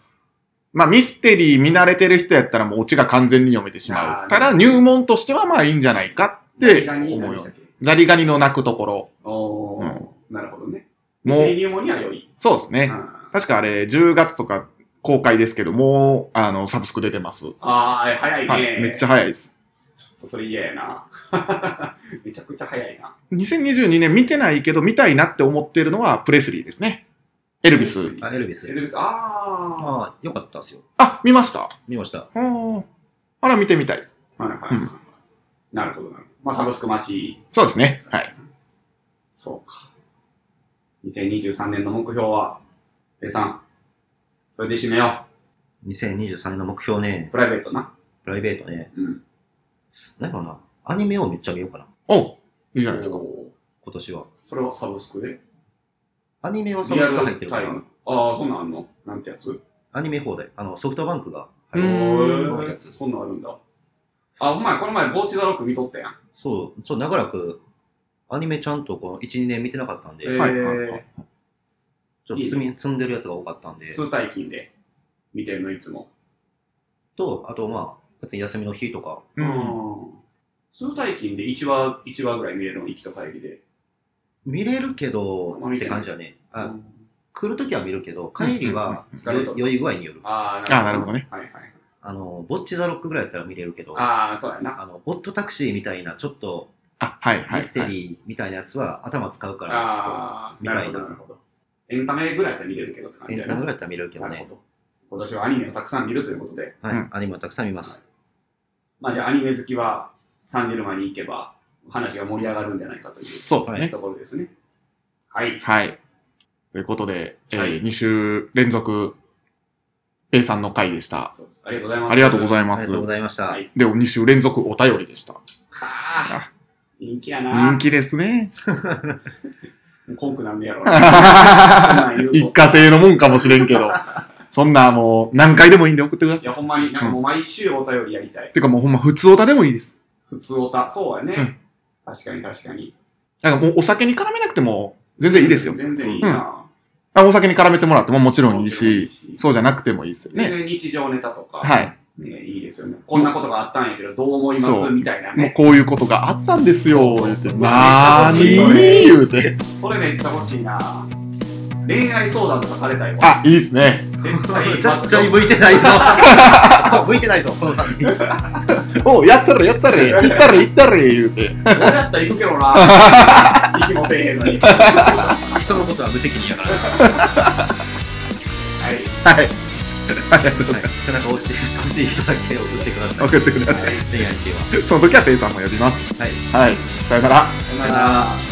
[SPEAKER 3] まあミステリー見慣れてる人やったらもうオチが完全に読めてしま
[SPEAKER 1] あー。
[SPEAKER 3] う。ただ入門としてはまあいいんじゃないかったて
[SPEAKER 1] 何
[SPEAKER 3] 思
[SPEAKER 1] 々
[SPEAKER 3] う
[SPEAKER 1] で
[SPEAKER 3] よ
[SPEAKER 1] したっけ
[SPEAKER 3] ザリガニの泣くところ。
[SPEAKER 1] おー、なるほどね。
[SPEAKER 3] も
[SPEAKER 1] もう。
[SPEAKER 3] う、
[SPEAKER 1] 入門には良い。
[SPEAKER 3] そうです
[SPEAKER 1] う
[SPEAKER 3] ね。
[SPEAKER 1] ん
[SPEAKER 3] 確かあれ10月とか公開ですけど、もう、あの、サブスク出てます。
[SPEAKER 1] ああ、早いね。
[SPEAKER 3] はい。めっちゃ早いです。
[SPEAKER 1] ちょっとそれ嫌やな。 <laughs> めちゃくちゃ早いな。
[SPEAKER 3] 2022年見てないけど見たいなって思っているのはプレスリーですね。エルビス。
[SPEAKER 2] あ、エルビス
[SPEAKER 1] エ。ルビス、あ
[SPEAKER 2] まあ、よかったですよ。
[SPEAKER 3] あ、見ました。
[SPEAKER 2] 見ました。
[SPEAKER 3] うんあら、見てみたい。
[SPEAKER 1] あ。はいはい。
[SPEAKER 3] うん
[SPEAKER 1] なるほどなるほど。まあ、サブスク待ち。
[SPEAKER 3] そうですね。はい。
[SPEAKER 1] そうか。2023年の目標は、ペイさん。それで締めよ
[SPEAKER 2] 2023年の目標
[SPEAKER 1] う。
[SPEAKER 2] ね、
[SPEAKER 1] プライベートな。
[SPEAKER 2] プライベートね、
[SPEAKER 1] うん。
[SPEAKER 2] なんやろな、アニメをめっちゃ見ようかな、
[SPEAKER 3] おいいじゃないですか。
[SPEAKER 1] お
[SPEAKER 2] 今年は。
[SPEAKER 1] ーそれはサブスクで
[SPEAKER 2] アニメはサブ
[SPEAKER 1] リア
[SPEAKER 2] スク入って
[SPEAKER 1] ル
[SPEAKER 2] る
[SPEAKER 1] タ
[SPEAKER 2] か
[SPEAKER 1] イ
[SPEAKER 2] ら
[SPEAKER 1] ム、。ああ、そんなんあんのなんてやつ
[SPEAKER 2] アニメ放題、あの、ソフトバンクが
[SPEAKER 3] う
[SPEAKER 2] 入
[SPEAKER 3] ん
[SPEAKER 2] る。
[SPEAKER 1] お
[SPEAKER 2] ー
[SPEAKER 1] やつそんなんあるんだ。あ、お前、この前、ボーチザロック見とったやん。
[SPEAKER 2] そう、ちょっと長らく、アニメちゃんとこの1、2年見てなかったんで、
[SPEAKER 1] えー
[SPEAKER 3] はいはいはい
[SPEAKER 2] ちょっと積み積んでるやつが多かったんで、
[SPEAKER 1] 通体勤で見てるの、いつも。
[SPEAKER 2] と、あとまあ、別に休みの日とか、
[SPEAKER 3] うん。
[SPEAKER 1] 通体勤で1話、一話ぐらい見れるの、行きと帰りで。
[SPEAKER 2] 見れるけど、
[SPEAKER 1] まあ見
[SPEAKER 2] ってて
[SPEAKER 1] ない
[SPEAKER 2] 感じだね。
[SPEAKER 1] う
[SPEAKER 2] あ
[SPEAKER 1] ん
[SPEAKER 2] 来るときは見るけど、帰りは
[SPEAKER 1] うんうんうん
[SPEAKER 2] よ酔い具合による。
[SPEAKER 1] あ
[SPEAKER 3] あーなるほどね。
[SPEAKER 1] はいはい。
[SPEAKER 2] あの、ボッチザロックぐらいだったら見れるけど、
[SPEAKER 1] あ
[SPEAKER 2] あ
[SPEAKER 1] あ、そうやな。
[SPEAKER 2] の、ボットタクシーみたいな、ちょっと
[SPEAKER 3] あ、はい、はい。
[SPEAKER 2] ミステ
[SPEAKER 3] はい
[SPEAKER 2] リーみたいなやつは頭使うから、ちょっと
[SPEAKER 1] ああ、
[SPEAKER 2] 見たいな
[SPEAKER 1] るほど。エンタメぐらいだったら見れるけどって感じ
[SPEAKER 2] エン
[SPEAKER 1] だ
[SPEAKER 2] タメ
[SPEAKER 1] よね。
[SPEAKER 2] ぐらいだったら見れるけど
[SPEAKER 1] なる
[SPEAKER 2] ね
[SPEAKER 1] ほ。ど。今年はアニメをたくさん見るということで、
[SPEAKER 2] はい、
[SPEAKER 3] うん
[SPEAKER 2] アニメをたくさん見ます。
[SPEAKER 1] まあじゃあアニメ好きはサンジェルマンに行けば話が盛り上がるんじゃないかという
[SPEAKER 3] そうですね。
[SPEAKER 1] ところですね。はい。
[SPEAKER 3] はい。ということで、え
[SPEAKER 1] はい
[SPEAKER 3] ー、2週連続、A さんの回でした。
[SPEAKER 1] そうですありがとうございます。
[SPEAKER 3] ありがとうござい
[SPEAKER 2] あ
[SPEAKER 3] ま
[SPEAKER 2] りが
[SPEAKER 3] す
[SPEAKER 2] とう。ございました。
[SPEAKER 1] はい
[SPEAKER 3] で、2週連続お便りでした。
[SPEAKER 1] ます。ああ、人気やな。
[SPEAKER 3] 人気ですね。
[SPEAKER 1] コンクなんでやろう
[SPEAKER 3] <laughs> 一過性のもんかもしれんけど。そんなもう、何回でもいいんで送ってください
[SPEAKER 1] いや、ほんまに、なんかもう毎週お便りやりたい。
[SPEAKER 3] てかもうほんま普通オタでもいいです。
[SPEAKER 1] 普通おた、そうやね。確かに確かに。
[SPEAKER 3] なんかもうお酒に絡めなくても全然いいですよ。
[SPEAKER 1] 全然いいな。
[SPEAKER 3] あお酒に絡めてもらってももちろんいい
[SPEAKER 1] 面
[SPEAKER 3] し、
[SPEAKER 1] 白いし
[SPEAKER 3] そうじゃなくてもいいですよ
[SPEAKER 1] 全
[SPEAKER 3] ね。
[SPEAKER 1] 然日常ネタとか、
[SPEAKER 3] はい。
[SPEAKER 1] ね、いいですよね。こんなことがあったんやけど、どう思いま
[SPEAKER 3] そ
[SPEAKER 1] す
[SPEAKER 3] う
[SPEAKER 1] みたいな
[SPEAKER 3] もう
[SPEAKER 1] ね。
[SPEAKER 3] こういうことがあったんですよ。言ってな
[SPEAKER 1] まあ
[SPEAKER 3] ーにー言うて。
[SPEAKER 1] それめっちゃ欲しいな。恋愛相談とかされたいわ。
[SPEAKER 3] あ、いいっすね。
[SPEAKER 1] 絶対
[SPEAKER 2] めちゃくちゃ向いてないぞ
[SPEAKER 3] <laughs>
[SPEAKER 2] 向いてないぞ、この3人。
[SPEAKER 3] おやったれやったれ、行ったれ行ったれ言うて。
[SPEAKER 1] 俺だったら行く
[SPEAKER 3] <laughs>
[SPEAKER 1] けどな。行きもせえへんのに。はい。
[SPEAKER 2] 人のことは無責任やから。
[SPEAKER 3] はい。
[SPEAKER 2] はい背中を押してほしい人だけ送ってください。
[SPEAKER 3] 送ってくださ
[SPEAKER 2] はい、恋愛系は。
[SPEAKER 3] い。その時はペイさんも呼びます。
[SPEAKER 2] はい。
[SPEAKER 3] はい。さよなら。
[SPEAKER 1] さよなら。